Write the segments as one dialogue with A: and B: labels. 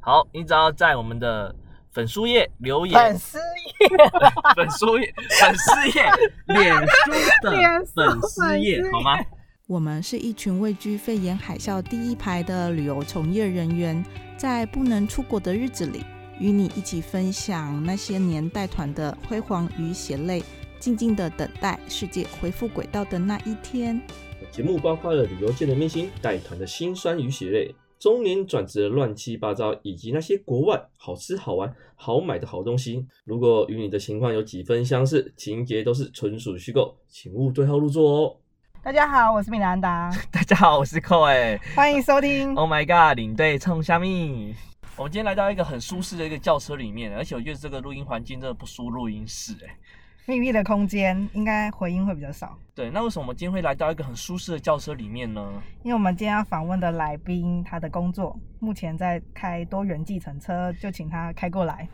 A: 好，你只要在我们的粉书页留
B: 粉
A: 言，
B: 丝
A: 粉书页、粉丝页、 脸书的粉丝页，好吗？
C: 我们是一群位居肺炎海啸第一排的旅游从业人员，在不能出国的日子里，与你一起分享那些年带团的辉煌与血泪，静静的等待世界恢复轨道的那一天。
D: 节目包括了旅游界的明星、带团的辛酸与血泪、中年转职的乱七八糟，以及那些国外好吃好玩好买的好东西。如果与你的情况有几分相似，情节都是纯属虚构，请勿对号入座哦。
B: 大家好，我是米兰 达，
A: 大家好，我是 Coy。
B: 欢迎收听。
A: Oh my god，领队冲虾米！我们今天来到一个很舒适的一个轿车里面，而且我觉得这个录音环境真的不输录音室哎、
B: 密闭的空间应该回音会比较少，
A: 对，那为什么我们今天会来到一个很舒适的轿车里面呢？
B: 因为我们今天要访问的来宾，他的工作目前在开多元计程车，就请他开 过来，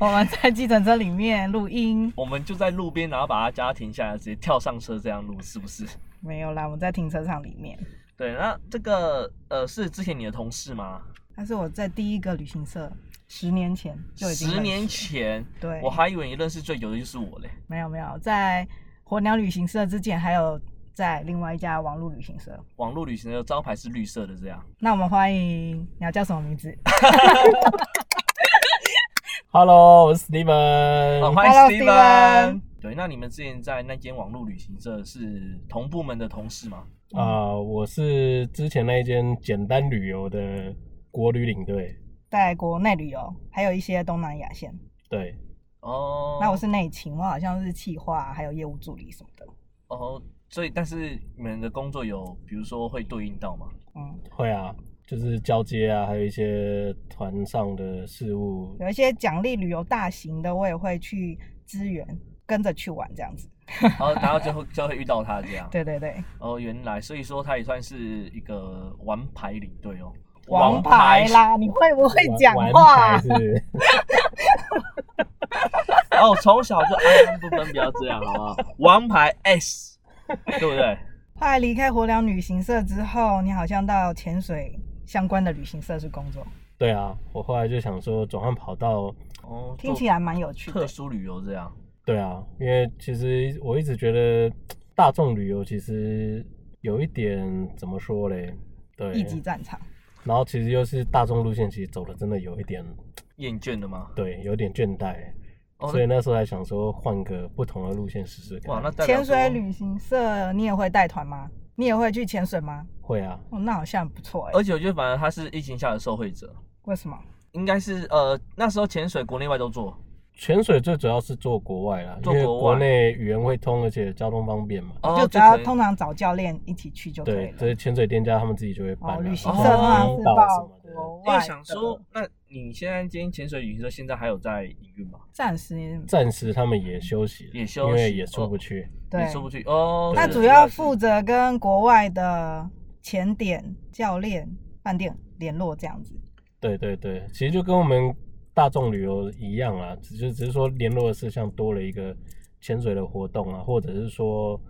B: 我们在计程车里面录音。
A: 我们就在路边，然后把他家停下来，直接跳上车这样录，是不是？
B: 没有啦，我们在停车场里面。
A: 对，那这个呃是之前你的同事吗？
B: 他是我在第一个旅行社，十年前就已经认识
A: 十年前，
B: 对，
A: 我还以为你认识最久的就是我嘞。
B: 没有没有在火鸟旅行社之前，还有在另外一家网络旅行社。
A: 网络旅行的招牌是绿色的，这样。
B: 那我们欢迎你要叫什么名字
E: Hello，我是
A: 哦
E: Steven。
A: 欢迎
B: 嗯 Hello,
A: Steven
B: Steven。
A: 对，那你们之前在那间网络旅行社是同部门的同事吗？
E: 呃，我是之前那一间简单旅游的国旅领队。
B: 在国内旅游，还有一些东南亚线。
E: 对，
A: 哦，
B: 那我是内勤，我好像是企划，还有业务助理什么的。
A: 哦，所以但是你们的工作有，比如说会对应到吗？
B: 嗯，
E: 会啊，就是交接啊，还有一些团上的事务。
B: 有一些奖励旅游大型的，我也会去支援，跟着去玩这样子。
A: 然后然后就会就会遇到他这样。
B: 对对对，
A: 哦，原来，所以说他也算是一个王牌领队哦。
B: 王牌啦，你会不会讲
E: 玩
B: 话
E: 玩牌？是？
A: 哦，从小就爱恨不分，不要这样好不 好？王牌 S，对不对？
B: 后来离开火鸟旅行社之后，你好像到潜水相关的旅行社去工作，
E: 对啊，我后来就想说转换跑道。
A: 哦，
B: 听起
A: 来
B: 来蛮有趣
A: 特
B: 的。
A: 殊旅游这样。
E: 对啊，因为其实我一直觉得大众旅游其实有一点怎么说嘞？对，
B: 一级战场，
E: 然后其实又是大众路线，其实走的真的有一点，
A: 厌倦了吗？
E: 对，有点倦怠。
A: 哦，
E: 所以那时候还想说换个不同的路线试试看。
A: 哇，那代表
B: 潜
A: 说
B: 水旅行社你也会带团吗？你也会去潜水吗？
E: 会啊，
B: 哦，那好像不错哎、
A: 而且我觉得反而他是疫情下的受惠者，
B: 为什么？
A: 应该是呃那时候潜水国内外都做，
E: 潜水最主要是做国外啦，
A: 做
E: 因为
A: 国外
E: 国内语言会通，而且交通方便嘛。
A: 哦
B: 就只
A: 可
B: 要
A: 能
B: 通常找教练一起去就可以
E: 对，
B: 了。
E: 这些潜水店家他们自己就会办
B: 哦，
E: 啊、
B: 旅行
E: 然
B: 社
E: 后
B: 的话
E: 引
B: 是
E: 导
B: 报
E: 什么的。
B: 国
A: 因为
B: 外
A: 想说，那你现在今天潜水旅行社现在还有在营运吗？
B: 暂时
E: 暂时他们也休息，
A: 也休息哦
E: 因为也出不去。
B: 对
A: 你，说不去哦。
B: 那
A: 是
B: 主要负责跟国外的前点教练、饭店联络这样子。
E: 对对对，其实就跟我们大众旅游一样啊，只是只是说联络的事项多了一个潜水的活动啊，或者是说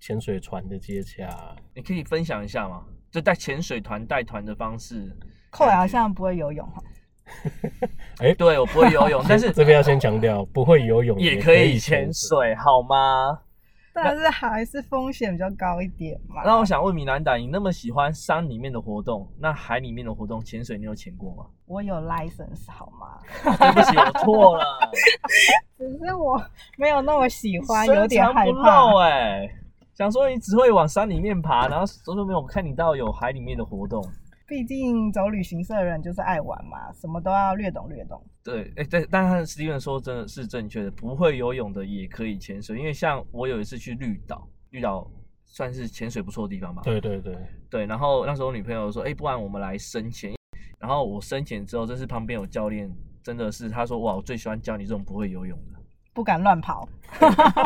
E: 潜水船的接洽啊、
A: 你可以分享一下吗？就带潜水团带团的方式。
B: 寇好像不会游泳哈，
A: 对我不会 游泳，但是
E: 这边要先强调，不会游泳
A: 也
E: 可
A: 可以潜
E: 潜。
A: 水，好吗？
B: 但是还是风险比较高一点嘛。
A: 那我想问米兰达，你那么喜欢山里面的活动，那海里面的活动潜水你有潜过吗？
B: 我有 license 好吗？
A: 对不起，我 错了，
B: 只是我没有那么喜欢，有
A: 深
B: 点
A: 藏
B: 害
A: 不
B: 怕
A: 露。哎。想说你只会往山里面爬，然后说没有，我看你到有海里面的活动。
B: 毕竟走旅行社的人就是爱玩嘛，什么都要略懂略懂。
A: 对，哎，但但他 Steven 说真的是正确的，不会游泳的也可以潜水，因为像我有一次去绿岛，绿岛算是潜水不错的地方吧。
E: 对对对，
A: 对，然后那时候我女朋友说，哎、不然我们来深潜。然后我深潜之后，真是旁边有教练，真的是他说，哇，我最喜欢教你这种不会游泳的，
B: 不敢乱跑，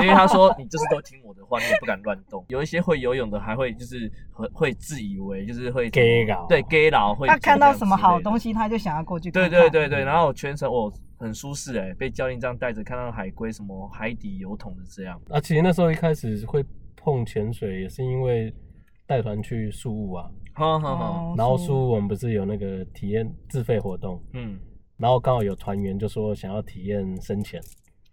A: 因为他说你就是都听我的话，你也不敢乱动。有一些会游泳的还会就是会会自以为就是会
E: 假搞
A: 对 gay 佬会
B: 他看到什么好
A: 西。
B: 东西，他就想要过去看
A: 对
B: 看。
A: 对对
E: 嗯
A: 对，然后我全程我很舒适哎、被教练这样带着，看到海龟什么海底油桶的这样。
E: 啊，其实那时候一开始会碰潜水，也是因为带团去宿务啊，
A: 好好
B: 哦
A: 好，
E: 然后苏武我们不是有那个体验自费活动，
A: 嗯
E: 然后刚好有团员就说想要体验深潜，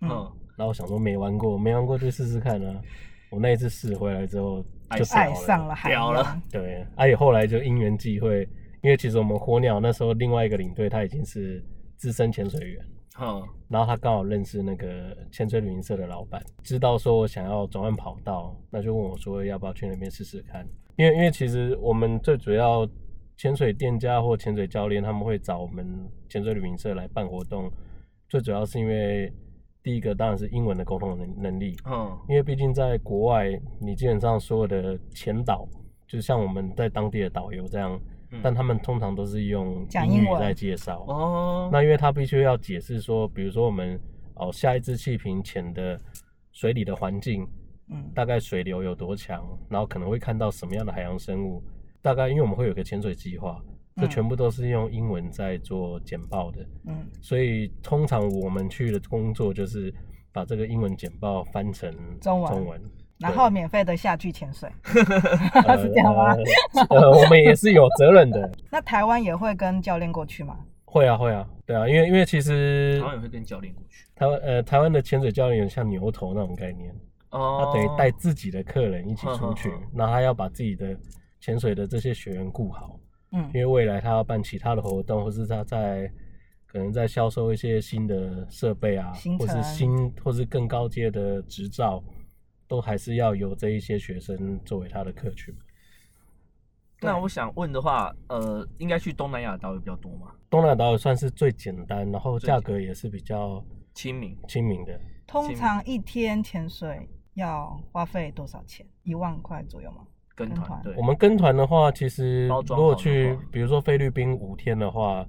B: 嗯，
A: 嗯，
E: 然后我想说没玩过，没玩过就试试看啊。我那一次试回来之后
A: 爱
E: 就
A: 上
B: 爱
E: 屌
B: 上了海
A: 屌了
B: 洋，
E: 对，而且后来就因缘际会，因为其实我们火鸟那时候另外一个领队他已经是资深潜水员，
A: 好，
E: 然后他刚好认识那个潜水旅行社的老板，知道说我想要转换跑道，那就问我说要不要去那边试试看。因为因为其实我们最主要潜水店家或潜水教练他们会找我们潜水旅行社来办活动，最主要是因为第一个当然是英文的沟通能能力，
A: 嗯
E: 因为毕竟在国外，你基本上所有的前导，就像我们在当地的导游这样，
A: 嗯
E: 但他们通常都是用
B: 讲
E: 英
B: 英
E: 语
B: 文
E: 在介绍。
A: 哦，
E: 那因为他必须要解释说，比如说我们哦下一支气瓶潜的水里的环境，
B: 嗯，
E: 大概水流有多强，然后可能会看到什么样的海洋生物，大概因为我们会有个潜水计划，这
B: 嗯
E: 全部都是用英文在做简报的。
B: 嗯
E: 所以通常我们去的工作就是把这个英文简报翻成
B: 中文
E: 中 文
B: 然后免费的下去潜水，
E: 呃
B: 是这样吗？
E: 呃， 我们也是有责任的。
B: 那台湾也会跟教练过去吗？
E: 会啊，会啊，对啊，因为因为其实
A: 台湾也会跟教练过去
E: 台湾呃台湾的潜水教练有点像牛头那种概念，他
A: 哦，嗯
E: 等于带自己的客人一起
A: 哼
E: 出
A: 哼
E: 去
A: 哼，
E: 那他要把自己的潜水的这些学员顾好，
B: 嗯
E: 因为未来他要办其他的活动，或是他在可能在销售一些新的设备啊
B: 行，
E: 或是
B: 程
E: 新或是更高阶的执照，都还是要由这一些学生作为他的客群。
A: 那我想问的话，呃，应该去东南亚的岛屿比较多嘛？
E: 东南亚岛也算是最简单，然后
A: 最简
E: 价格也是比较
A: 清明
E: 亲民的。
B: 通常一天潜水要花费多少钱？一万块左右吗？
A: 跟
B: 跟
A: 团
B: 团
A: 对，
E: 我们跟团的话，其实
A: 包
E: 如
A: 装好的
E: 果
A: 话
E: 去，比如说菲律宾五天的话，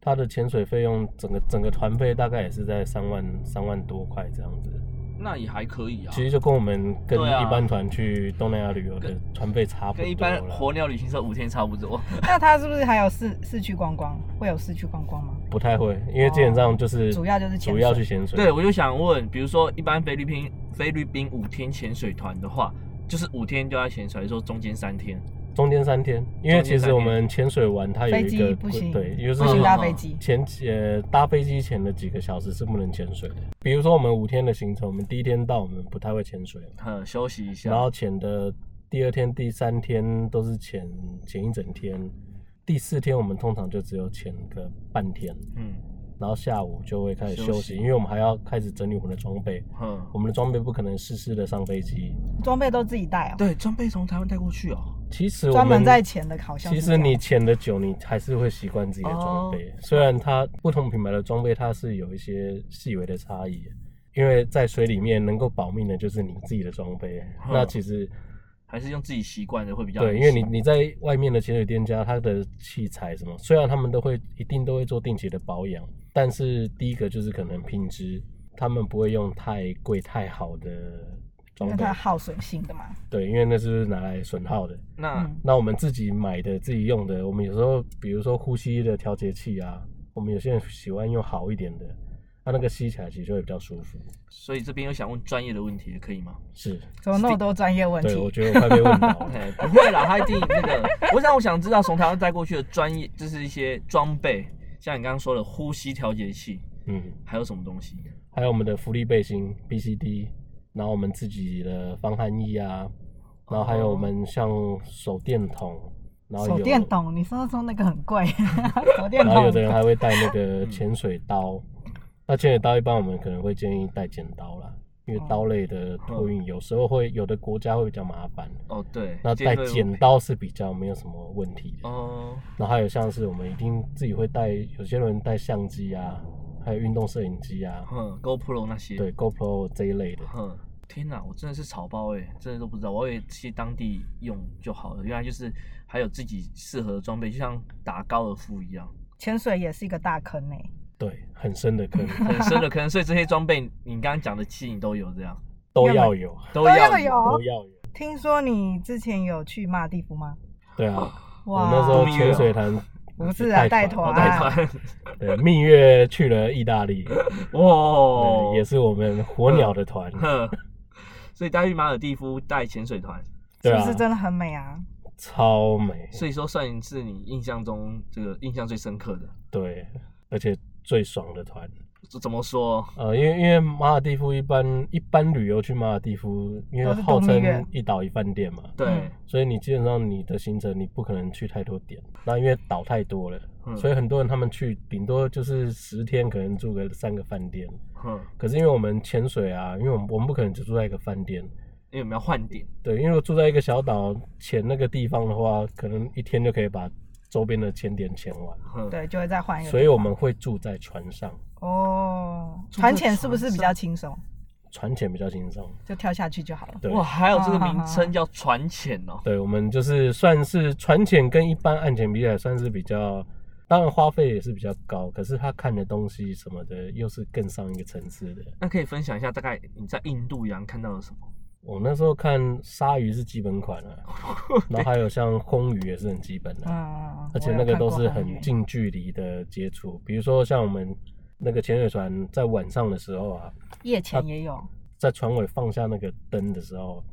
E: 它的潜水费用整个整个团费大概也是在三万三万多块这样子，
A: 那也还可以啊，
E: 其实就跟我们跟
A: 对啊
E: 一般团去东南亚旅游的团费差不多
A: 跟
E: 了
A: 一般火鸟旅行社五天差不多。
B: 那他是不是还有市市区观光？会有市区观光吗？
E: 不太会，因为基本上就是
B: 哦主要就是潜水
E: 主要去潜水，
A: 对，我就想问，比如说一般菲律宾菲律宾五天潜水团的话，就是五天就要潜水，还是说中间三天？
E: 中间三天，因为
A: 中间三
E: 其实
A: 天
E: 我们潜水完它有
B: 飞
E: 一
B: 机
E: 个
B: 不行
E: 对，也就是
B: 不行
A: 嗯
B: 搭飞机，
E: 前呃搭飞机前的几个小时是不能潜水的。比如说我们五天的行程，我们第一天到我们不太会潜水嘛，
A: 呃，休息一下。
E: 然后潜的第二天、第三天都是潜潜一整天，第四天我们通常就只有潜个半天，
A: 嗯
E: 然后下午就会开始休
A: 休
E: 息，
A: 息
E: 因为我们还要开始整理我们的装备，
A: 哼，
E: 我们的装备不可能湿湿的上飞机。
B: 装备都自己带哦。
A: 对，装备从台湾带过去哦。
E: 其实我们
B: 专门在潜的好像
E: 其
B: 是
E: 实
B: 这样哦
E: 你潜的久，你还是会习惯自己的装备。虽然它不同品牌的装备它是有一些细微的差异，因为在水里面能够保命的就是你自己的装备。
A: 嗯
E: 那其实
A: 还是用自己习惯的会比较
E: 对，因为你
A: 安心
E: 你在外面的潜水店家，他的器材什么，虽然他们都会一定都会做定期的保养，但是第一个就是可能品质，他们不会用太贵太好的
B: 因
E: 装
B: 为
E: 备
B: 它，耗水性的嘛。
E: 对，因为那是拿来损耗的。
A: 那
B: 嗯，
E: 那我们自己买的、自己用的，我们有时候比如说呼吸的调节器啊，我们有些人喜欢用好一点的，啊它那个吸起来其实就会比较舒服。
A: 所以这边又想问专业的问题，可以吗？
E: 是，
B: 怎么那么多专业问
E: 对，我
B: 题？
E: 觉得我快被问倒 了。
A: 哎，不会啦，他一定那个。 我想，我想知道从台湾带过去的专业，就是一些装备，像你刚刚说的呼吸调节器，
E: 嗯，
A: 还有什么东西？
E: 还有我们的福利背心 BCD，然后我们自己的防寒衣啊，然后还有我们像手电筒，然后有
B: 手电，筒，你上次说那个很贵，手电
E: 然后有
B: 筒
E: 的人还会带那个潜水刀。那潜水刀一般我们可能会建议带剪刀啦，因为刀类的托运有时候会有的国家会比较麻烦。
A: 哦，对，
E: 那
A: 尖
E: 带
A: 锐物
E: 剪刀是比较没有什么问题的。
A: 哦，
E: 然后还有像是我们一定自己会带，有些人带相机啊，还有运动摄影机啊，
A: 哼，GoPro 那些，
E: 对 GoPro 这一类的。
A: 哼，天哪，我真的是草包哎、真的都不知道，我以为去当地用就好了，原来就是还有自己适合的装备，就像打高尔夫一样，
B: 潜水也是一个大坑欸呢、
E: 对，很深的 坑
A: 很深的坑，所以这些装备你刚刚讲的器你都有，这样
E: 都要有，哦
A: 都要
B: 都
A: 有。啊
E: 都
B: 有。
E: 要有。
B: 听说你之前有去马尔地夫吗？
E: 对啊，我
B: 哇，
E: 那时候
A: 蜜月
E: 潜水团
B: 不是啊带
E: 团哦
A: 我
B: 团
A: 哦带 团，
E: 对蜜月去了意大利，
A: 哇，哦
E: 对也是我们火鸟的团，
A: 哼，所以带去马尔蒂夫带潜水团，
E: 对
B: 是
E: 啊
B: 不是，真的很美啊？
E: 超美，
A: 所以说算是你印象中这个印象最深刻的。
E: 对，啊而且最爽的团。
A: 这怎么说？
E: 呃，因为因为马尔蒂夫一般一般旅游去马尔蒂夫，因为
B: 都是
E: 号
B: 度蜜月
E: 称一岛一饭店嘛，
A: 对，
B: 嗯
E: 所以你基本上你的行程你不可能去太多点，那因为岛太多了，
A: 嗯
E: 所以很多人他们去顶多就是十天，可能住个三个饭店。
A: 哼，
E: 可是因为我们潜水啊，因为我们我们不可能只住在一个饭店，
A: 因为我们要换点，
E: 对，因为如果住在一个小岛潜那个地方的话，可能一天就可以把周边的潜点潜完，
A: 哼，
B: 对，就会再换一个。
E: 所以我们会住在船上，
B: 哦，
A: 住在
B: 船潜是不是
A: 船
B: 比较轻松？
E: 船潜比较轻松。
B: 就跳下去就好了。
E: 对，
A: 哇，还有这个名称叫船潜哦，
E: 对，我们就是算是船潜跟一般岸潜比起来，算是比较，当然花费也是比较高，可是他看的东西什么的又是更上一个层次的。
A: 那可以分享一下大概你在印度洋看到了什么？
E: 我那时候看鲨鱼是基本款啊，然后还有像红鱼也是很基本的、啊
B: 嗯，
E: 而且
B: 我有
E: 那个
B: 看
E: 都
B: 过
E: 是
B: 韩
E: 很
B: 语，
E: 近距离的接触，比如说像我们那个潜水船在晚上的时候啊，
B: 夜潜也有。
E: 在船尾放下那个灯的时候，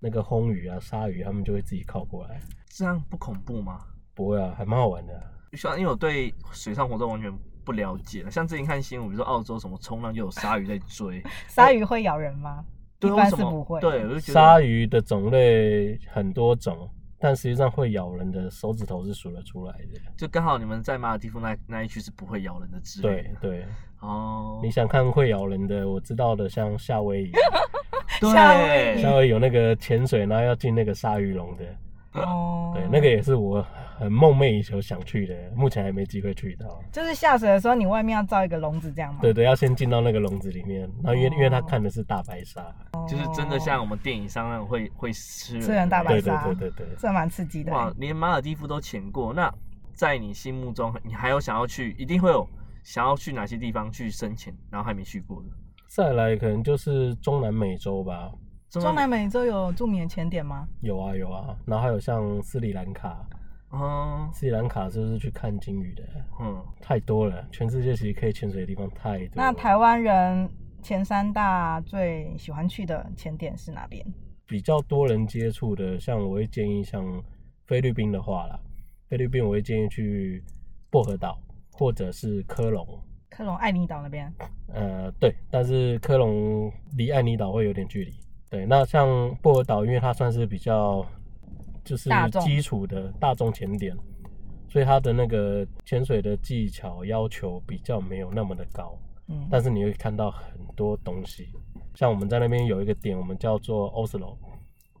E: 那个红鱼啊、鲨鱼他们就会自己靠过来，
A: 这样不恐怖吗？
E: 不会啊，还蛮好玩的啊、
A: 像因为我对水上活动完全不了解，像之前看新闻，比如说澳洲什么冲浪就有鲨鱼在追，
B: 鲨鱼会咬人吗？
A: 对，
B: 一
A: 为
B: 般
A: 什
B: 是
A: 么
B: 不会。
A: 对，我就觉得
E: 鲨鱼的种类很多种，但实际上会咬人的手指头是数得出来的。
A: 就刚好你们在马尔地夫那那一区是不会咬人的之类
E: 对
A: 的。
E: 对，
A: 哦，
E: 你想看会咬人的，我知道的像 夏威夷，
B: 夏威
A: 对
B: 夷
E: 夏威夷有那个潜水，然后要进那个鲨鱼笼的，
B: 哦，
E: 对，那个也是我很梦寐以求想去的，目前还没机会去到。
B: 就是下水的时候，你外面要造一个笼子这样吗？
E: 对对，要先进到那个笼子里面，然后因为、
B: 哦
E: 因为他看的是大白鲨，
A: 就是真的像我们电影上那种会会吃
B: 吃人大白
E: 对
A: 鲨。
E: 对
B: 鲨
E: 对对对。
B: 这蛮刺激的。欸
A: 哇，连马尔地夫都潜过，那在你心目中，你还有想要去，一定会有想要去哪些地方去深潜，然后还没去过的？
E: 再来可能就是中南美洲吧，
B: 中南美洲有著名的潜点吗？
E: 有啊有啊，然后还有像斯里兰卡，
A: 哦，
E: 斯里兰卡就是去看鲸鱼的，
A: 嗯，
E: 太多了，全世界其实可以潜水的地方太多了。
B: 那台湾人前三大最喜欢去的潜点是哪边？
E: 比较多人接触的，像我会建议像菲律宾的话啦，菲律宾我会建议去薄荷岛或者是科隆。
B: 科隆爱尼岛那边。
E: 呃，对，但是科隆离爱尼岛会有点距离。对，那像薄荷岛，因为它算是比较就是
B: 大众
E: 基础的大众潜点，所以它的那个潜水的技巧要求比较没有那么的高。
B: 嗯，
E: 但是你会看到很多东西，像我们在那边有一个点，我们叫做 Oslo，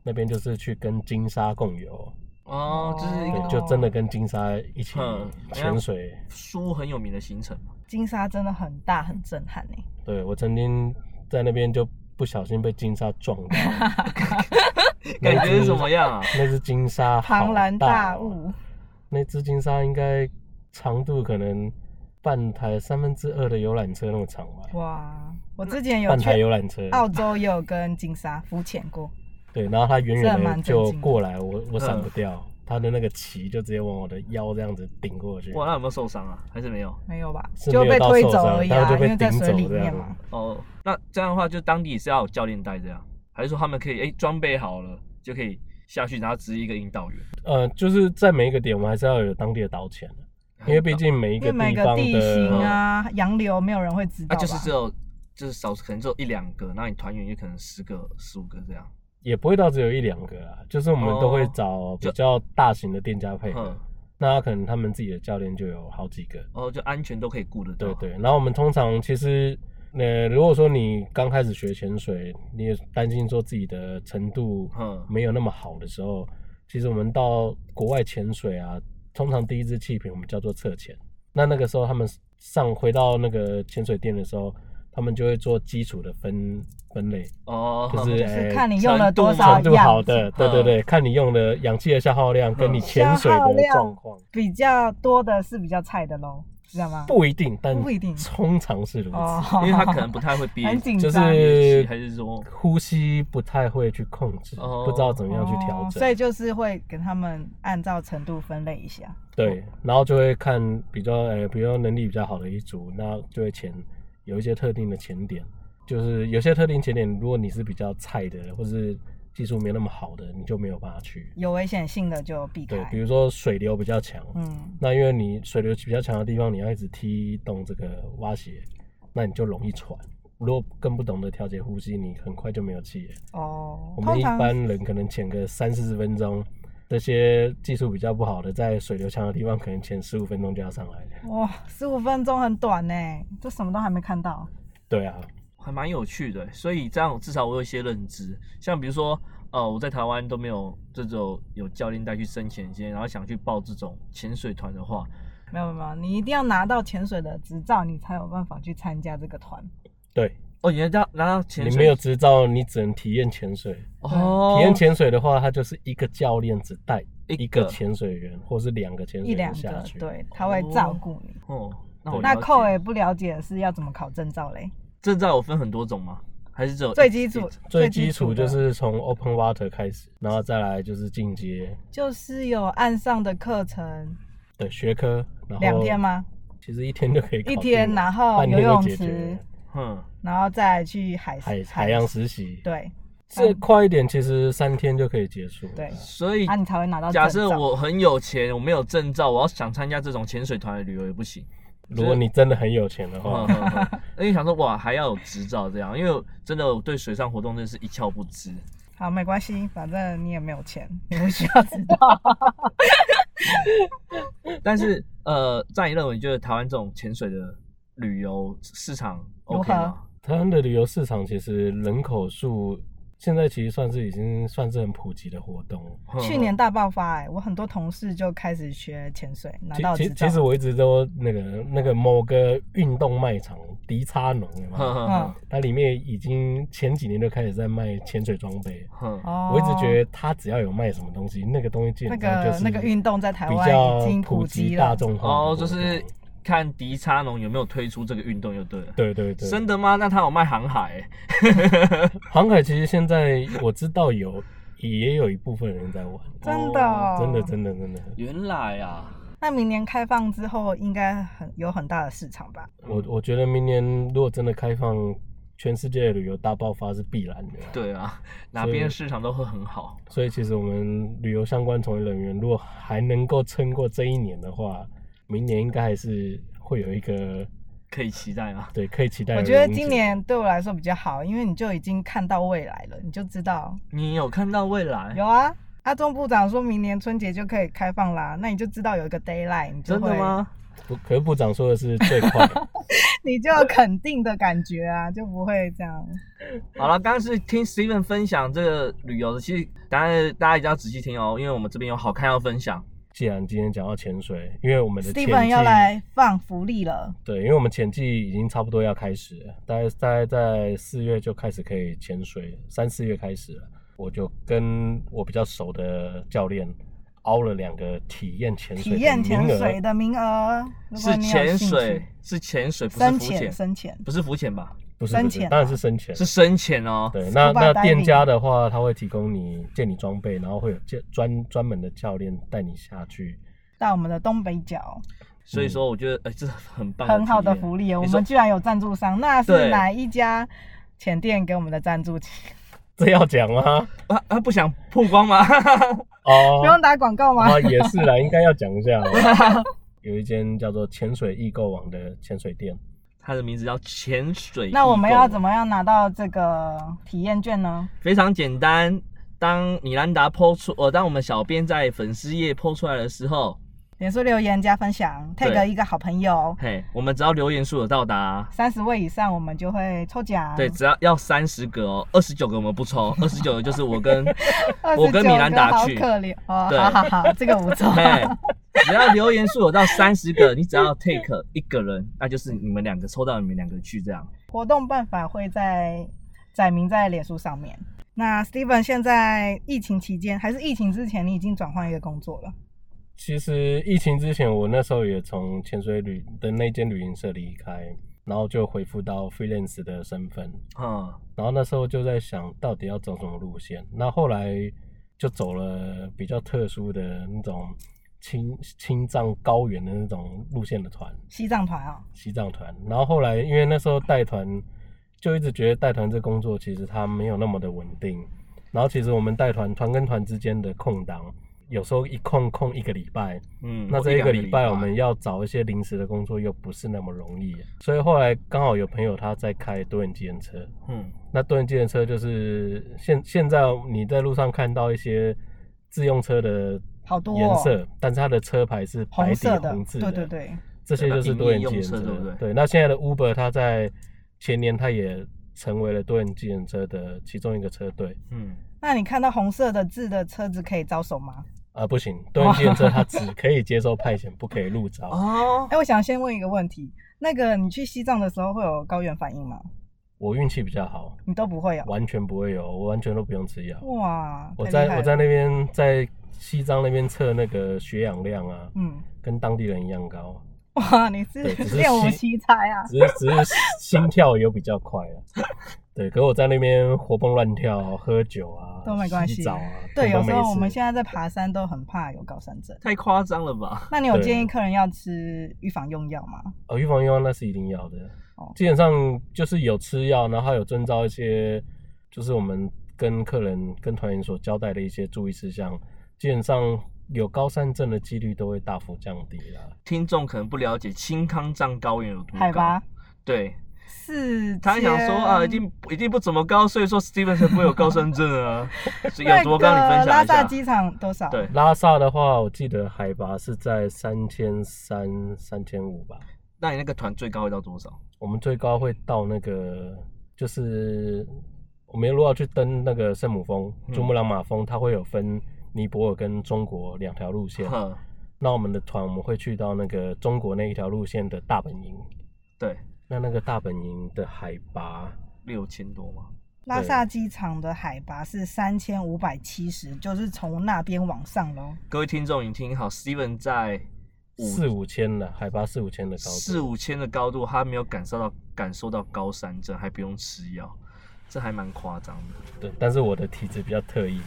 E: 那边就是去跟金沙共游，
A: 哦，就是一
E: 对，
A: 个
E: 就真的跟金沙一起
A: 嗯
E: 潜水。
A: 书很有名的行程嘛。
B: 金沙真的很大，很震撼欸呢。
E: 对我曾经在那边就不小心被金沙撞到，
A: 感觉是
E: 只
A: 怎么样啊？
E: 那只金沙好
B: 庞然
E: 大
B: 大
E: 哦
B: 物，
E: 那只金沙应该长度可能半台三分之二的游览车那么长吧，
B: 哇！我之前有
E: 半
B: 去哦
E: 台游览车。
B: 澳洲，也有跟金沙浮潜过。
E: 对，然后它远远
B: 这
E: 的
B: 蛮震
E: 就
B: 惊的
E: 过来，我我闪
A: 嗯
E: 不掉，它的那个鳍就直接往我的腰这样子顶过去。
A: 哇，那有没有受伤啊？还是没有？
B: 没有吧？
E: 是
B: 就
E: 没有
B: 被
E: 到
B: 推
E: 受
B: 走
E: 伤
B: 而已
E: 但是
B: 啊，
E: 就
B: 因
E: 被
B: 为在
E: 顶
B: 水
E: 走
B: 里
E: 这
B: 面
E: 样
B: 嘛。
A: 哦，那这样的话，就当地是要有教练带这样，还是说他们可以哎装备好了就可以下去，然后只一个引导员？
E: 呃，就是在每一个点，我们还是要有当地的导潜的，
A: 嗯
E: 因为毕竟每一
B: 因
E: 个
B: 为每
E: 地
B: 个
E: 方
B: 地形
E: 的
B: 啊、洋流，没有人会知
A: 啊，
B: 道吧。
A: 就是只有就是少，可能只有一两个，然后你团员也可能十个、十五个这样。
E: 也不会到只有一两个啦，就是我们都会
A: 哦
E: 找比
A: 就
E: 较大型的店家配合
A: 嗯，，
E: 那可能他们自己的教练就有好几个，
A: 哦，就安全都可以顾得到。
E: 对对，然后我们通常其实，呃，如果说你刚开始学潜水，你也担心说自己的程度
A: 嗯
E: 没有那么好的时候，其实我们到国外潜水啊，通常第一支气瓶我们叫做测潜。那那个时候他们上回到那个潜水店的时候，他们就会做基础的分分类，
A: 哦，
E: 就是
B: 就
E: 哎
B: 是看你用了多少氧
E: 程度
B: 气，
E: 好的，对对
A: 嗯
E: 对，看你用的氧气的消耗量跟你
A: 嗯
E: 潜水
B: 消耗
E: 的
B: 量
E: 状况。
B: 比较多的是比较菜的喽，知道吗？
E: 不一定，但
B: 不一定
E: 通常是如此。
B: 哦，
A: 因为他可能 不太会憋，
B: 很紧
E: 就
B: 张
E: 是
A: 还是说
E: 呼吸不太会去控制，
A: 哦
E: 不知道怎么样去调整，
B: 哦所以就是会给他们按照程度分类一下。
E: 对，然后就会看比较呃，比如说能力比较好的一组，那就会潜有一些特定的潜点，就是有些特定潜点，如果你是比较菜的，或是技术没那么好的，你就没有办法去。
B: 有危险性的就避
E: 对
B: 开，。
E: 比如说水流比较强，
B: 嗯，
E: 那因为你水流比较强的地方，你要一直踢动这个蛙鞋，那你就容易喘。如果更不懂得调节呼吸，你很快就没有气了。
B: 哦，
E: 我们
B: 通
E: 一
B: 常
E: 般人可能潜个三四十分钟，这些技术比较不好的，在水流强的地方，可能潜十五分钟就要上来了。
B: 哇，十五分钟很短呢，就什么都还没看到。
E: 对啊，
A: 还蛮有趣的，所以这样至少我有一些认知。像比如说，呃，我在台湾都没有这种有教练带去深潜间，然后想去报这种潜水团的话，
B: 没有没有没有，你一定要拿到潜水的执照，你才有办法去参加这个团。
E: 对
A: 哦，你要拿到潜
E: 你
A: 水
E: 没有执照，你只能体验潜水。
A: 哦，
E: 体验潜水的话，它就是一个教练只带
A: 一
E: 一
A: 个
E: 个潜水员，或是两个潜
B: 一
E: 水
B: 两
E: 员下
B: 个，
E: 去。
B: 对，他会照顾你。
A: 哦，那我
B: 那欸
A: 扣
B: 寇也不了解是要怎么考证照嘞？
A: 证照有分很多种吗？还是只有一
B: 最基础
A: 一，
E: 哦最基础
B: 的
E: 就是从 open water 开始，然后再来就是进阶
B: 就是有岸上的课程，
E: 的学科，然后
B: 两天？吗？
E: 其实一天就可以搞定
B: 一
E: 了，
B: 天然后
E: 半天
B: 游泳
E: 就解决
B: 池
E: 了
A: 嗯，
B: 然后再去海
E: 海海洋实习，，
B: 对嗯
E: 这快一点，其实三天就可以结束。
B: 对，
A: 所以
B: 啊，你才会拿到证照。
A: 假设我很有钱，我没有证照，我要想参加这种潜水团的旅游也不行。
E: 如果你真的很有钱的话
A: 嗯，嗯 嗯因为想说哇，还要有执照这样，因为我真的我对水上活动真的是一窍不知。
B: 好，没关系，反正你也没有钱，你不需要知 道。
A: 但是呃，在你认为，就是台湾这种潜水的旅游市场
B: 如何
A: OK 吗？
E: 台湾的旅游市场其实人口数现在其实算是已经算是很普及的活动了。
A: 嗯
B: 去年大爆发、哎，我很多同事就开始学潜水，拿
E: 其
B: 到
E: 其
B: 执
E: 实
B: 照。
E: 其实我一直都那个那个某个运动卖场迪叉农，有没有
A: 哼哼
B: 嗯
A: 哼，
E: 它里面已经前几年就开始在卖潜水装备。
A: 哼
B: 哦
E: 我一直觉得它只要有卖什么东西，那个东西基
B: 那
E: 本上就
B: 个
E: 是
B: 哦那个运动在台
E: 比
B: 湾已
E: 较
B: 经
E: 普及
B: 及
E: 大
B: 了。
E: 众化的活
A: 哦，就
E: 动。
A: 是看迪叉农有没有推出这个运动就对了。
E: 对对对，
A: 真的吗？那他有卖航海、欸？
E: 航海其实现在我知道有也有一部分人在玩，
B: 真的、哦
E: 真的真的真的，
A: 原来啊，
B: 那明年开放之后，应该很有很大的市场吧？
E: 我我觉得明年如果真的开放，全世界的旅游大爆发是必然的。，
A: 对啊，哪边市场都会很好。
E: 所以其实我们旅游相关从业人员如果还能够撑过这一年的话，明年应该还是会有一个
A: 可以期待啊吗？
E: 对可以期待的
B: 我
E: 荣
B: 觉
E: 景。
B: 得今年对我来说比较好，因为你就已经看到未来了，你就知道
A: 你有看到未来？
B: 有啊。阿中部长说明年春节就可以开放啦，那你就知道有一个 d a y l i g h t 你就
A: 真
B: 会
A: 的吗？
E: 不，可是部长说的是最快，
B: 你就有肯定的感觉啊，就不会这样。
A: 好了，刚刚是听 Steven 分享这个旅游的，其实当然大家一定要仔细听哦，因为我们这边有好看要分享。
E: 既然今天讲到潜水，因为我们的潜
B: Steven
E: 季
B: 要来放福利了，
E: 对，因为我们潜季已经差不多要开始了，大概大概在四月就开始可以潜水了，三四月开始了，我就跟我比较熟的教练凹了两个体验潜水
B: 体
E: 的
B: 验潜
E: 名额
B: 水的名额，如果
A: 是
B: 你有
A: 潜
B: 兴
A: 水
B: 趣，
A: 是潜水，不是
B: 深
A: 浮
B: 潜，
A: 潜，
B: 深潜，
A: 不是浮潜吧？
E: 不是
B: 深
E: 不是
B: 潜，
E: 当然
B: 啊
E: 是深潜。
A: 是深潜哦。
E: 对，那
B: Scuba
E: 那
B: diving
E: 店家的话，他会提供你借你装备，然后会有教专专门的教练带你下去。
B: 到我们的东北角，
A: 所以说，我觉得哎、这很棒，
B: 很好的
A: 体验
B: 福利哦。我
A: 你说
B: 们居然有赞助商，那
A: 对
B: 是哪一家潜店给我们的赞助？
E: 这要讲吗？
A: 啊啊！不想曝光吗？
E: 哦，
B: 不用打广告吗？
E: 啊，也是啦，应该要讲一下哦。 有一间叫做潜水易购网的潜水店，
A: 它的名字叫潜水。
B: 那我们要怎
A: 么？
B: 么样拿到这个体验券呢？
A: 非常简单。当米兰达抛出，呃，当我们小编在粉丝页抛出来的时候，
B: 脸书留言加分享
A: 对
B: ，tag 一个好朋友，
A: 嘿，我们只要留言数有到达，
B: 三十位以上我们就会抽奖。
A: 对，，只要要三十个哦，二十九个我们不 抽，二十九个就是我跟
B: 二
A: 我
B: 十
A: 跟
B: 九
A: 米兰
B: 个
A: 达
B: 好
A: 去，
B: 可怜哦，
A: 对
B: 好好好，这个不错。
A: 嘿，只要留言数有到三十个，你只要 take 一个人，那就是你们两个抽到你们两个去这样。
B: 活动办法会在载明在脸书上面。那 Steven 现在疫情期间还是疫情之前，你已经转换一个工作了，
E: 其实疫情之前，我那时候也从潜水旅的那间旅行社离开，然后就恢复到 freelance 的身份。
A: 嗯，
E: 然后那时候就在想，到底要走什么路线。那后来就走了比较特殊的那种青青藏高原的那种路线的团，
B: 西藏团哦，
E: 西藏团。然后后来因为那时候带团，就一直觉得带团这工作其实它没有那么的稳定，然后其实我们带团团跟团之间的空档，有时候一空空一个礼拜，
A: 嗯，
E: 那
A: 或
E: 这
A: 一
E: 一
A: 两
E: 个
A: 个
E: 礼拜我们要找一些临时的工作又不是那么容易，所以后来刚好有朋友他在开多人机车，
A: 嗯
E: 那多人机车就是现现在你在路上看到一些自用车的
B: 好多哦
E: 颜色，但是它的车牌是白
B: 红
E: 底
B: 色的，
E: 红字
B: 对对对，
E: 这些就是多元机
A: 对那营运用
E: 车，
A: 车对不对
E: 那现在的 Uber 它在前年它也成为了多元机车的其中一个车队。
A: 嗯，
B: 那你看到红色的字的车子可以招手吗？
E: 啊，不行，多元机 车它只可以接受派遣，不可以入招。
A: 哦
B: 哎、，我想先问一个问题，那个你去西藏的时候会有高原反应吗？
E: 我运气比较好，
B: 你都不会有？
E: 完全不会有，我完全都不用吃药。
B: 哇，
E: 我
B: 太厉
E: 在
B: 害
E: 我在
B: 了
E: 那边在西藏那边测那个血氧量啊，
B: 嗯，
E: 跟当地人一样高，
B: 哇，你是
E: 对只是
B: 练武
E: 西
B: 奇才啊！
E: 只是只是心跳有比较快啊。对，可我在那边活蹦乱跳、喝酒啊，
B: 都没关系
E: 洗澡啊，
B: 对，有
E: 通
B: 时
E: 通
B: 候我
E: 没
B: 们
E: 事
B: 现在在爬山都很怕有高山症。
A: 太夸张了吧？
B: 那你有
E: 对
B: 建议客人要吃预防用药吗？
E: 哦，预防用药那是一定要的
B: 哦，
E: 基本上就是有吃药，然后还有遵照一些，就是我们跟客人、跟团员所交代的一些注意事项，基本上有高山症的几率都会大幅降低啦。
A: 听众可能不了解青康藏高原有多高，
B: 海拔
A: 对，
B: 四，
A: 他想说啊，一定一定不怎么高，所以说 Steven 才不会有高山症 啊，所以有多高？你分享
B: 拉
A: 一
B: 萨
A: 下。
B: 机场多少？
A: 对，
E: 拉萨的话，我记得海拔是在三千三、三千五吧，
A: 那你那个团最高会到多少？
E: 我们最高会到那个，就是我们如果要去登那个圣母峰、
A: 嗯
E: 珠穆朗玛峰，它会有分尼泊尔跟中国两条路线。
A: 呵，
E: 那我们的团我们会去到那个中国那一条路线的大本营，
A: 对，
E: 那那个大本营的海拔，
A: 六千多嘛。
B: 拉萨机场的海拔是三千五百七十，就是从那边往上喽。
A: 各位听众，你听好，Steven 在
E: 四五千的海拔四五千的高度，
A: 四五千的高度，他没有感受到感受到高山症，还不用吃药，这还蛮夸张的。
E: 对，但是我的体质比较特异，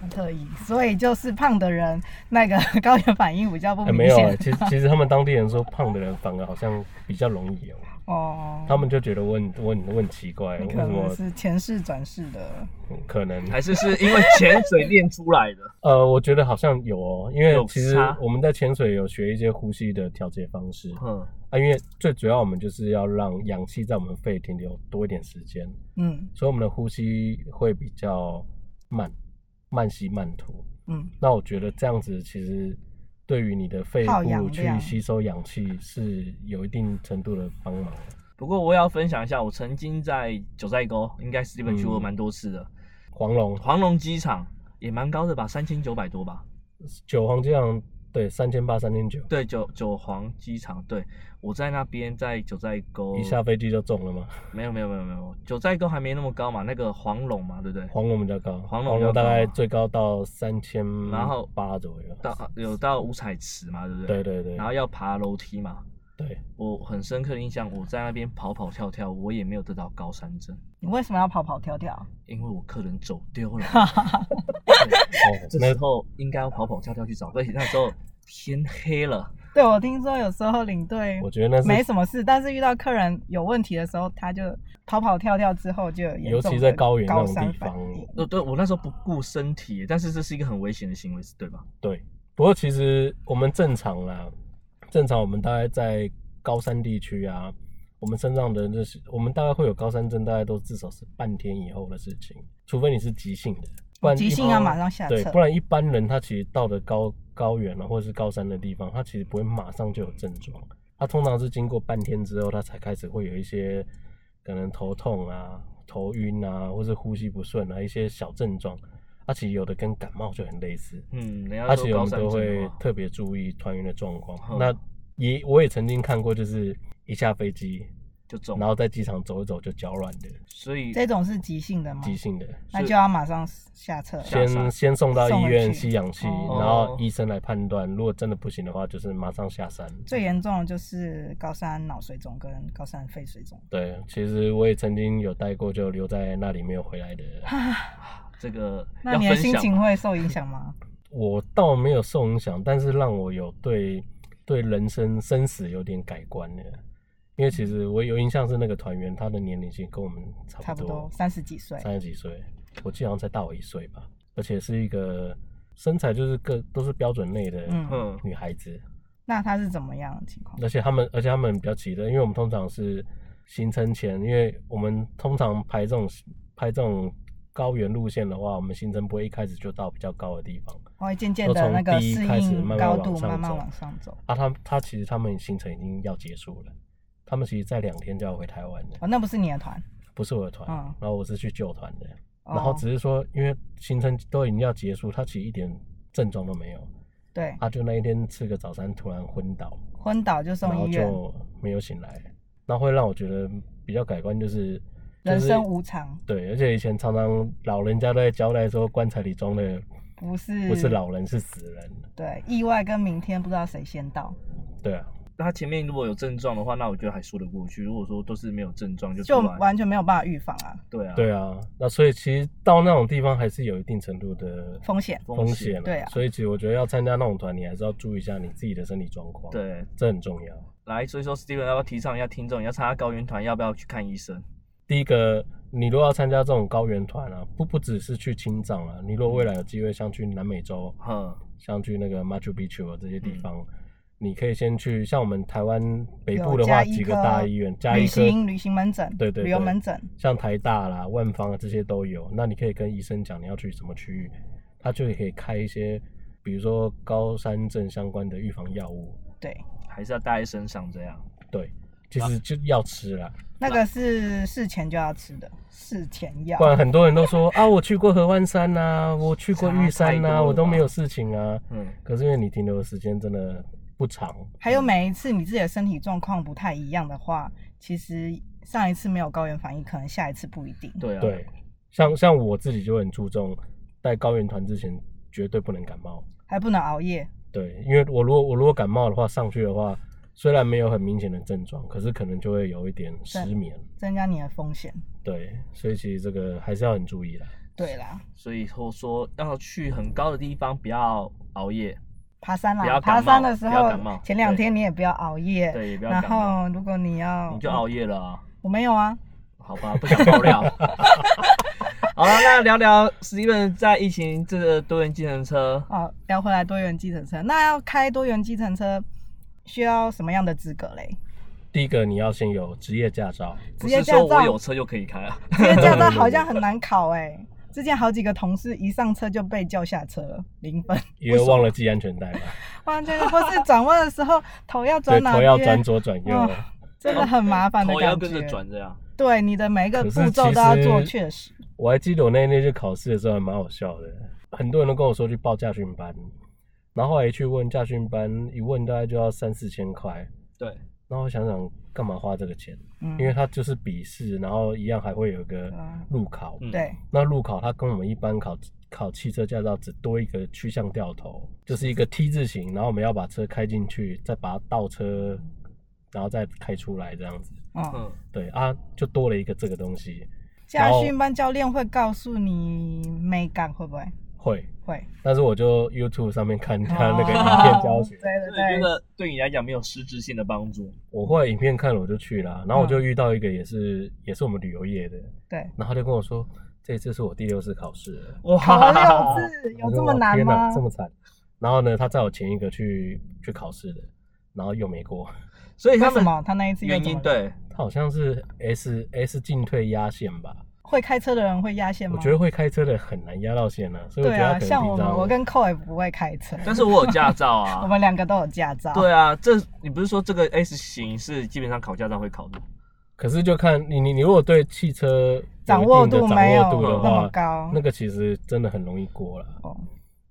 B: 很特意，所以就是胖的人那个 高原反应比较不
E: 哎
B: 哦明
E: 没有啊，
B: 显。
E: 其实其实他们当地人说胖的人反而好像比较容易有，
B: 哦，
E: 他们就觉得我很我很我很奇怪，为
B: 你可
E: 什么
B: 能是前世转世的。
E: 嗯可能？
A: 还是是因为潜水练出来的。
E: 呃，我觉得好像有哦，因为
A: 有
E: 其实
A: 差
E: 我们在潜水有学一些呼吸的调节方式
A: 嗯，
E: 啊，因为最主要我们就是要让氧气在我们肺停留多一点时间，
B: 嗯
E: 所以我们的呼吸会比较慢，慢吸慢吐。
B: 嗯，
E: 那我觉得这样子其实对于你的肺
B: 耗氧
E: 部去
B: 量
E: 吸收氧气是有一定程度的帮忙的。
A: 不过我也要分享一下，我曾经在九寨沟，应该 Steven 去过
E: 嗯
A: 蛮多次的。
E: 黄龙
A: 黄龙机场也蛮高的吧，三千九百多吧。
E: 九黄这样对三千八三千九，
A: 对，九九黄机场，对我在那边在九寨沟。
E: 一下飞机就中了吗？
A: 没有没有没有没有，九寨沟还没那么高嘛，那个黄龙嘛，对不对？
E: 黄龙比较高，
A: 黄龙
E: 龙
A: 比较
E: 大概
A: 高
E: 最高到三千，
A: 然后
E: 八左右。
A: 到有到五彩池嘛，对不对？
E: 对对对，
A: 然后要爬楼梯嘛，
E: 对，
A: 我很深刻的印象，我在那边跑跑跳跳，我也没有得到高山症，
B: 你为什么要跑跑跳跳？
A: 因为我客人走丢 了。
E: 哦，
A: 这
E: 那
A: 时候应该要跑跑跳跳去找，而且那时候天黑了，
B: 对我听说有时候领队
E: 我觉得那是
B: 没什么事，但是遇到客人有问题的时候，他就跑跑跳跳之后就有严
E: 尤
B: 重
E: 其
B: 的
E: 在高原那
B: 高
E: 种
B: 山
E: 地
B: 反
E: 方，
B: 应。
A: 呃，对我那时候不顾身体，但是这是一个很危险的行为，对吧？
E: 对。不过其实我们正常啦，正常我们大概在高山地区啊，我们身上的那些，我们大概会有高山症，大概都至少是半天以后的事情，除非你是急性的，不然
B: 急
E: 一
B: 性
E: 般
B: 要马上下
E: 对，
B: 车
E: 不然一般人他其实到了高高原啊，或者是高山的地方，他其实不会马上就有症状，他通常是经过半天之后，他才开始会有一些可能头痛啊、头晕啊，或是呼吸不顺啊一些小症状。他其实有的跟感冒就很类似，
A: 嗯，人
E: 而
A: 家
E: 且
A: 说
E: 我
A: 高
E: 们
A: 山
E: 都
A: 症
E: 会
A: 的话
E: 特别注意团员的状况。
A: 嗯
E: 那也我也曾经看过，就是一下飞机，
A: 就中
E: 然，后在机场走一走就脚软的，
A: 所以
B: 这种是急性的吗？
E: 急性的，
B: 那就要马上下车了。
A: 山
E: 先先送到
B: 送
E: 医
B: 回
E: 院
B: 去
E: 吸氧气，
B: 哦
E: 然后医生来判断，如果真的不行的话，就是马上下山。
B: 最严重的就是高山脑水肿跟高山肺水 肿。
E: 对，其实我也曾经有带过，就留在那里没有回来 的。
A: 这个
B: 那
A: 要
B: 你的
A: 分
B: 心
A: 享
B: 情
A: 吗
B: 会受影响吗？
E: 我倒没有受影响，但是让我有对对人生生死有点改观了。因为其实我有印象是那个团员，他的年龄其实跟我们
B: 差
E: 差
B: 不
E: 不
B: 多
E: 多，
B: 三十几岁，
E: 三十几岁，我记得好像才大我一岁吧，而且是一个身材就是各都是标准内的
B: 嗯
A: 嗯，
E: 女孩子，
B: 那他是怎么样的情况？
E: 而且他们而且他们比较急的，因为我们通常是行程前，因为我们通常排这种拍这种高原路线的话，我们行程不会一开始就到比较高的地方，
B: 我会渐渐
E: 都
B: 的
E: 从
B: 那个
E: 第一
B: 适
E: 开始
B: 应
E: 慢慢
B: 高
E: 往
B: 度，
E: 上
B: 慢慢
E: 走
B: 往上走。
E: 啊他他其实他们行程已经要结束了，他们其实在两天就要回台湾了。
B: 哦，那不是你的团，
E: 不是我的团，
B: 嗯
E: 然后我是去救团的，
B: 哦
E: 然后只是说，因为行程都已经要结束，他其实一点症状都没有，啊
B: 对，
E: 他就那一天吃个早餐突然昏倒，
B: 昏倒就
E: 然
B: 送
E: 后
B: 医院，
E: 就没有醒来，那会让我觉得比较改观，就是、就是
B: 人生无常，
E: 对，而且以前常常老人家都在交代说，棺材里装的
B: 嗯不是
E: 不是老人是死人，
B: 对，意外跟明天不知道谁先到，
E: 对啊，
A: 那他前面如果有症状的话，那我觉得还说得过去。如果说都是没有症状就
B: 就
A: 出来
B: 完全没有办法预防啊，
A: 对啊，
E: 对啊，那所以其实到那种地方还是有一定程度的
B: 风险。
E: 风险啊，
B: 对啊
E: 所以其实我觉得要参加那种团，你还是要注意一下你自己的身体状况，，
A: 对，
E: 这很重要。
A: 来，所以说 Steven 要不要提倡一下听众，你要参加高原团要不要去看医生？
E: 第一个，你如果要参加这种高原团啊，不不只是去青藏啊，你如果未来有机会像去南美洲，
B: 嗯
A: 哼，
E: 像去那个 Machu Picchu 啊这些地方，你可以先去像我们台湾北部的
B: 有
E: 话，
B: 加医
E: 几个
B: 科
E: 大医院，加
B: 旅
E: 医科
B: 行旅行门诊，
E: 对对
B: 旅游
E: 对
B: 门诊，
E: 像台大啦、万方啊这些都有。那你可以跟医生讲你要去什么区域，他就可以开一些，比如说高山症相关的预防药物。
B: 对，
A: 还是要带在身上这样。
E: 对，其实就要吃啦，
B: 那个是事前就要吃的，事前药
E: 不。然很多人 都说啊，我去过合欢山呐、我去过玉
A: 差
E: 山
A: 太多
E: 呐、
A: 了
E: 我都
A: 吧
E: 没有事情啊。
A: 嗯，
E: 可是因为你停留的时间真的不长，啊
B: 还有每一次你自己的身体状况不太一样的话，其实上一次没有高原反应，可能下一次不一定。
A: 对啊，
E: 对，像像我自己就很注重，在高原团之前绝对不能感冒，
B: 还不能熬夜，
E: 对，因为我如果我如果感冒的话，上去的话，虽然没有很明显的症状，可是可能就会有一点失眠，
B: 增加你的风险。
E: 对，所以其实这个还是要很注意啦。
B: 对啦，
A: 所以说说要去很高的地方，不要熬夜，
B: 爬山
A: 不
B: 啦，
A: 要感冒
B: 爬山的时
A: 不要
B: 候
A: 感冒，
B: 前两
A: 对
B: 天你也不要熬夜。
A: 对，也不要
B: 然
A: 感冒，
B: 后如果你要，
A: 你就熬夜了、啊。
B: 我没有啊，
A: 好吧，不想爆 料。好了，那聊聊 Steven 在疫情这个多元计程车，
B: 哦，聊回来多元计程车，那要开多元计程车需要什么样的资格嘞？
E: 第一个你要先有职业驾照，
B: 职
A: 不
B: 业
A: 是
B: 驾
A: 说我
B: 照
A: 有，车就可以开啊。
B: 职业 驾照好像很难考哎、之前好几个同事一上车就被叫下车了，零分。
E: 因为忘了系安全 带嘛，
B: 完全或是转弯的时候头要
E: 对，
B: 转哪
E: 头
B: 边，
E: 要转左转右
B: 哦。真的很麻烦的
A: 头也要
B: 感
A: 跟着
B: 觉。
A: 转这样。
B: 对，你的每一个
E: 可
B: 步
E: 是
B: 骤
E: 其
B: 都要
E: 实
B: 做，确实。
E: 我还记得我那那次考试的时候还蛮好笑的，很多人都跟我说去报驾训班，然后后来去问驾训班，一问大概就要三四千块，
A: 对，
E: 然后我想想干嘛花这个钱，
B: 嗯，
E: 因为它就是笔试，然后一样还会有一个
B: 嗯
E: 路考，
A: 嗯
B: 对
E: 那路考它跟我们一般考考汽车驾照只多一个趋向掉头，就是一个 T 字形，然后我们要把车开进去，再把它倒车，然后再开出来这样子。
B: 嗯，
A: 嗯，
E: 对啊，就多了一个这个东西，
B: 驾训班教练会告诉你美感会不会？
E: 会。
B: 会，
E: 但是我就 YouTube 上面看他那个影片教学，
B: 哦对
A: 所以觉
B: 对对，
A: 得对你来讲没有实质性的帮助。
E: 我后来影片看了我就去了，然后我
B: 嗯
E: 就遇到一个也是、也是我们旅游业的，
B: 对，
E: 然后他就跟我说，这次是我第六次考试了。
B: 考
A: 哇，
B: 六次有
E: 我
B: 这
E: 说
B: 么
E: 哇
B: 难
E: 天哪
B: 吗
E: 这？么惨。然后呢，他在我前一个去去考试的，然后又没过。
A: 所以
B: 为
A: 他
B: 什
A: 们
B: 么他那一次又
A: 原
B: 怎么
A: 因
B: 了？
A: 对，
E: 他好像是 S S 进退压线吧，
B: 会开车的人会压线吗？
E: 我觉得会开车的很难压到线啊，所以我
B: 对
E: 觉得他
B: 啊，
E: 可
B: 像我
E: 能平
B: 们，
E: 常
B: 我跟寇也不会开车，
A: 但是我有驾照
B: 我
A: 啊。
B: 们两个都有驾照。
A: 对啊，这你不是说这个 S 型是基本上考驾照会考的？
E: 可是就看你你你如果对汽车
B: 掌
E: 有
B: 握
E: 一定
B: 度
E: 的掌
B: 没有
E: 握度的
A: 那
E: 话，
B: 么高
E: 那个其实真的很容易过了。
B: 哦，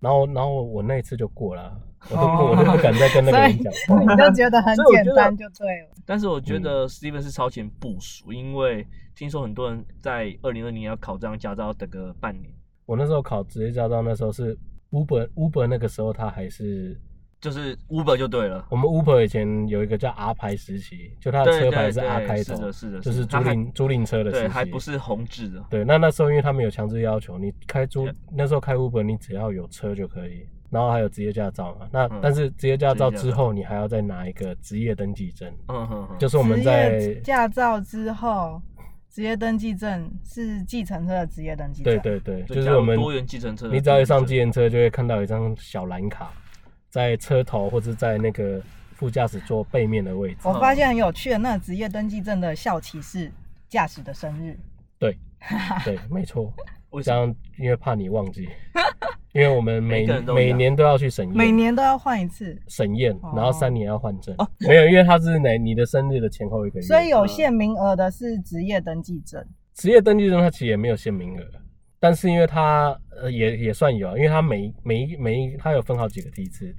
E: 然后然后我那一次就过了，我都
B: 哦
E: 我都不敢再跟那个
B: 所以
E: 人讲话。
B: 你就觉得很
A: 所以我
B: 简
A: 觉得
B: 单就对了。
A: 但是我觉
E: 嗯
A: 得 Steven 是超前部署，因为听说很多人在二零二零要考这张驾照，要等个半年，
E: 我那时候考职业驾照，那时候是 Uber Uber 那个时候他还是
A: 就是 Uber 就对了。
E: 我们 Uber 以前有一个叫 R 牌时期，就它的
A: 对
E: 车
A: 对
E: 牌
A: 对，
E: 是 R 开头，
A: 是的，是的，
E: 就是租
A: 它还
E: 赁租赁车的时
A: 对，
E: 期，
A: 还不是红字的。
E: 对。那那时候因为他们有强制要求，你开租
A: 对
E: 那时候开 Uber，你只要有车就可以，然后还有职业驾照嘛。那、
A: 嗯
E: 但是职业驾照
A: 职业驾
E: 之后，你还要再拿一个职业登记证，
A: 嗯哼哼，
E: 就是我们在
B: 职业驾照之后，职业登记证是计程车的职业登记证。
E: 对对对，
A: 就
E: 就是
A: 假如
E: 我们
A: 多元计程车的
E: 你只要一上
A: 计程车
E: 计程车，就会看到一张小蓝卡，在车头或者在那个副驾驶座背面的位置。
B: 我发现很有趣的，那个职业登记证的校旗是驾驶的生日。
E: 对，对，没错。
A: 为
E: 这
A: 什么？
E: 样因为怕你忘记，因为我们每
A: 每个人都一
E: 每
A: 样
E: 年都要去审验，
B: 每年都要换一次，
E: 审验，
B: 哦
E: 然后三年要换证。没有，因为它是哪你的生日的前后一个月，
B: 所以有限名额的是职业登记证。
E: 职业登记证它其实也没有限名额，但是因为它呃也也算有啊，因为它每一每一每一它有分好几个梯次，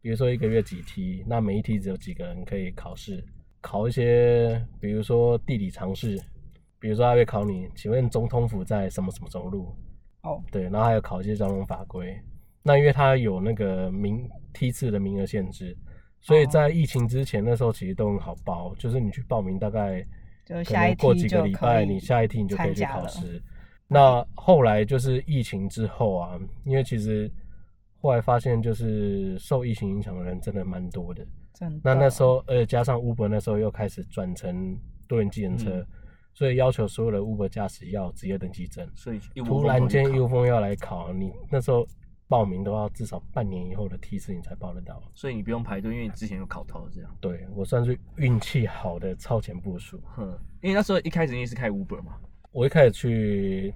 E: 比如说一个月几梯，那每一梯只有几个人可以考试，考一些比如说地理常识，比如说它会考你，请问总统府在什么什么什么路？
B: 哦，
E: 对，然后还有考一些交通法规。那因为它有那个名梯次的名额限制，所以
B: 哦
E: 在疫情之前那时候其实都很好报，就是你去报名大概
B: 就是
E: 可
B: 下一
E: 能过
B: 梯
E: 几
B: 就
E: 个礼
B: 可
E: 拜，
B: 以
E: 你下一梯你就可以去
B: 参加
E: 考
B: 了
E: 试。那后来就是疫情之后啊，因为其实后来发现就是受疫情影响的人真的蛮多的。
B: 真的。
E: 那那时候，呃，加上 Uber 那时候又开始转成多人计程车，
A: 嗯
E: 所以要求所有的 Uber 驾驶要有职业登记证。
A: 所以一窝蜂
E: 突
A: 跑
E: 然
A: 去
E: 间
A: 考
E: 又峰要来考，你那时候报名都要至少半年以后的梯次你才报得到。
A: 所以你不用排队，因为你之前有考到这样。
E: 对我算是运气好的超前部署。
A: 哼，因为那时候一开始你也是开 Uber 嘛，
E: 我一开始去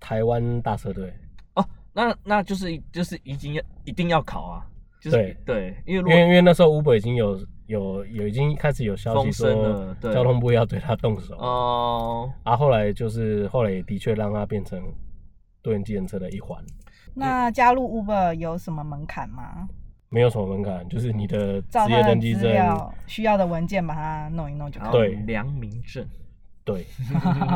E: 台湾大车队，
A: 哦，那那就是就是已经要一定要考啊，就是
E: 对
A: 因为如
E: 因为因
A: 果
E: 为那时候 Uber 已经有有有已经开始有消息
A: 风声
E: 说
A: 了对
E: 交通部要对他动手，
A: 哦、
E: 啊，后来就是后来也的确让它变成多人计程车的一环，
B: 那加入 Uber 有什么门槛吗？
E: 没有什么门槛，就是你的职
B: 照
E: 业
B: 他的
E: 登记
B: 资
E: 证，
B: 料需要的文件把它弄一弄就
A: 然
B: 可以。
A: 后
E: 对
A: 良民证，
E: 对，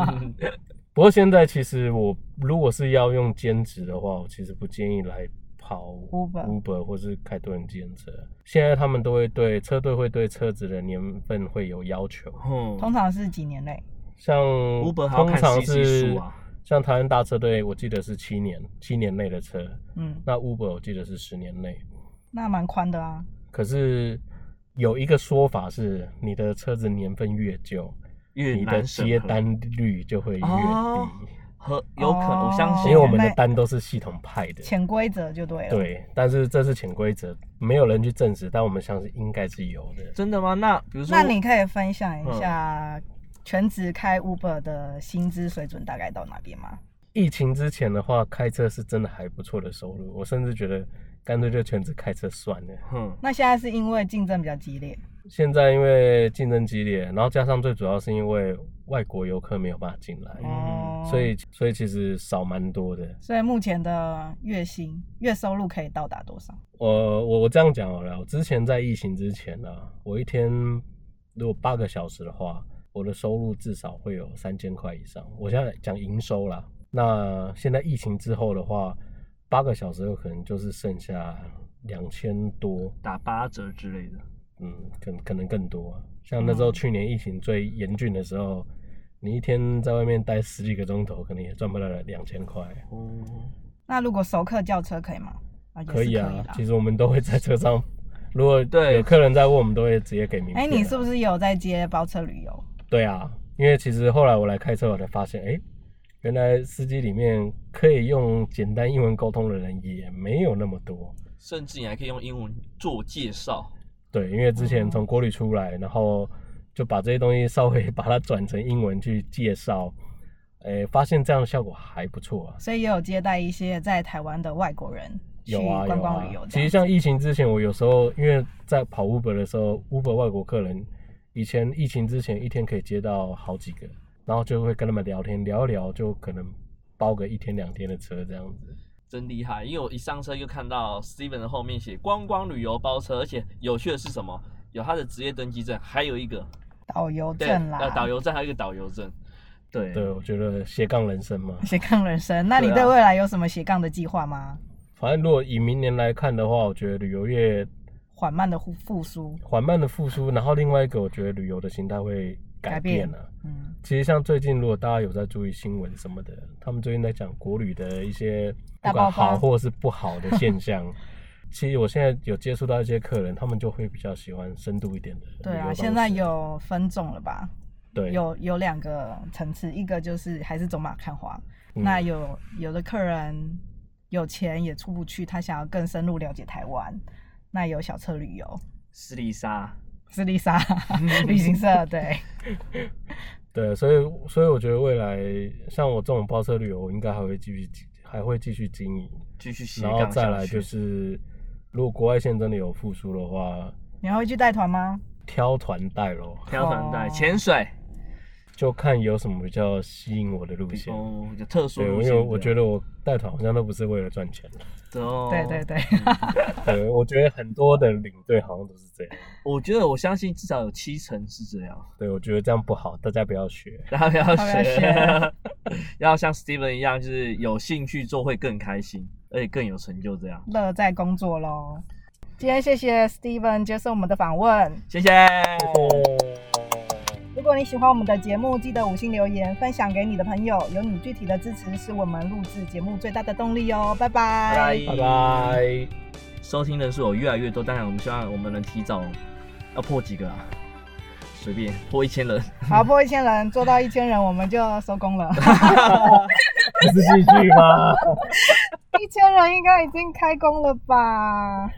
E: 不过现在其实我如果是要用兼职的话，我其实不建议来跑
B: Uber
E: Uber 或是开多人计程车。现在他们都会对车队会对车子的年份会有要求，
B: 通
A: 嗯，
B: 常是几年内？
E: 像
A: Uber 还要
E: 通
A: 看
E: 常
A: CC
E: 是
A: 数啊
E: 像台湾大车队，我记得是七年七年内的车，
B: 嗯，
E: 那 Uber 我记得是十年内。
B: 那蛮宽的啊。
E: 可是有一个说法是，你的车子年份越久，
A: 越
E: 你的
A: 难审
E: 接
A: 核
E: 单率就会越低。
A: 哦和有可能，我相
E: 因
A: 信，
E: 为我们
B: 原
E: 的
B: 来
E: 单都是系统派的，
B: 潜规则就对了。，
E: 对，但是这是潜规则，没有人去证实，但我们相信应该是有的。
A: 真的吗？那比如说，
B: 那你可以分享
E: 嗯
B: 一下全职开 Uber 的薪资水准大概到哪边吗？
E: 疫情之前的话，开车是真的还不错的收入，我甚至觉得干脆就全职开车算了。
A: 哼，
B: 那现在是因为竞争比较激烈，
E: 现在因为竞争激烈，然后加上最主要是因为外国游客没有办法进来，
A: 嗯
B: 哦，
E: 所以所以其实少蛮多的。
B: 所以目前的月薪月收入可以到达多少？
E: 我我我这样讲好了，我之前在疫情之前呢、啊，我一天如果八个小时的话，我的收入至少会有三千块以上。我现在讲营收啦，那现在疫情之后的话，八个小时有可能就是剩下两千多，
A: 打八折之类的，
E: 嗯，可可能更多、啊。像那时候
B: 嗯
E: 去年疫情最严峻的时候，你一天在外面待十几个钟头，可能也赚不到两千块。
A: 哦，
B: 那如果熟客叫车可以吗？啊，也是
E: 可以啊，
B: 啦
E: 其实我们都会在车上，如果
A: 对
E: 有客人在问，我们都会直接给名片啊。
B: 哎、你是不是也有在接包车旅游？
E: 对啊，因为其实后来我来开车，我才发现，哎、原来司机里面可以用简单英文沟通的人也没有那么多。
A: 甚至你还可以用英文做介绍，
E: 对，因为之
B: 哦
E: 前从国旅出来，然后就把这些东西稍微把它转成英文去介绍，哎、发现这样的效果还不错啊。
B: 所以也有接待一些在台湾的外国人去
E: 有啊
B: 观
E: 有
B: 光旅游、
E: 啊。其实像疫情之前，我有时候因为在跑 Uber 的时候，Uber 外国客人以前疫情之前一天可以接到好几个，然后就会跟他们聊天，聊一聊就可能包个一天两天的车这样子。
A: 真厉害！因为我一上车就看到 Steven 的后面写观光旅游包车，而且有趣的是什么？有他的职业登记证，还有一个
B: 导游
A: 对
B: 证啦，
A: 呃导游证，还有一个导游证。对
E: 对，我觉得斜杠人生嘛，
B: 斜杠人生。那你
A: 对
B: 对
A: 啊
B: 未来有什么斜杠的计划吗？
E: 反正如果以明年来看的话，我觉得旅游业
B: 缓慢的复复苏，
E: 缓慢的复苏，然后另外一个我觉得旅游的形态会改
B: 改变
E: 变了、
B: 嗯，
E: 其实像最近，如果大家有在注意新闻什么的，他们最近在讲国旅的一些
B: 大
E: 不
B: 爆
E: 管
B: 发
E: 好或是不好的现象。其实我现在有接触到一些客人，他们就会比较喜欢深度一点的。
B: 对啊，现在有分种了吧？
E: 对
B: 有有两个层次，一个就是还是走马看花，
E: 嗯
B: 那有有的客人有钱也出不去，他想要更深入了解台湾，那有小车旅游，
A: 斯丽莎，
B: 是丽莎旅行社，对，
E: 对，所以所以我觉得未来像我这种包车旅游，我应该还会继续还会继续经营，
A: 继续斜
E: 然后
A: 杠
E: 再
A: 下
E: 来
A: 去
E: 就是，如果国外线真的有复苏的话，
B: 你还会去带团吗？
E: 挑团带咯，
A: 漂船带、
B: 哦
A: 潜水，
E: 就看有什么比较吸引我的路线。
A: 哦，有特殊
E: 对，
A: 路
E: 因
A: 线
E: 为我觉
A: 得，
E: 得我带团好像都不是为了赚 钱。
A: 哦
B: 对对对，
E: 对，我觉得很多的领队好像都是这样。
A: 我觉得我相信至少有七成是这样，
E: 对，我觉得这样不好，大家不要学。
A: 然后要
B: 不要
A: 学， 要像 Steven 一样，就是有兴趣做会更开心，而且更有成就。这样，
B: 乐在工作喽。今天谢谢 Steven 接受我们的访问。
A: 谢谢，哦
B: 如果你喜欢我们的节目，记得五星留言，分享给你的朋友。有你具体的支持，是我们录制节目最大的动力哦。拜拜。
E: 拜。拜。
A: 收听人数有越来越多，当然我们希望我们能提早要破几个啊，随便破一千人。
B: 好，破一千人，做到一千人，我们就收工了。
E: 这是戏剧吗？
B: 一千人应该已经开工了吧？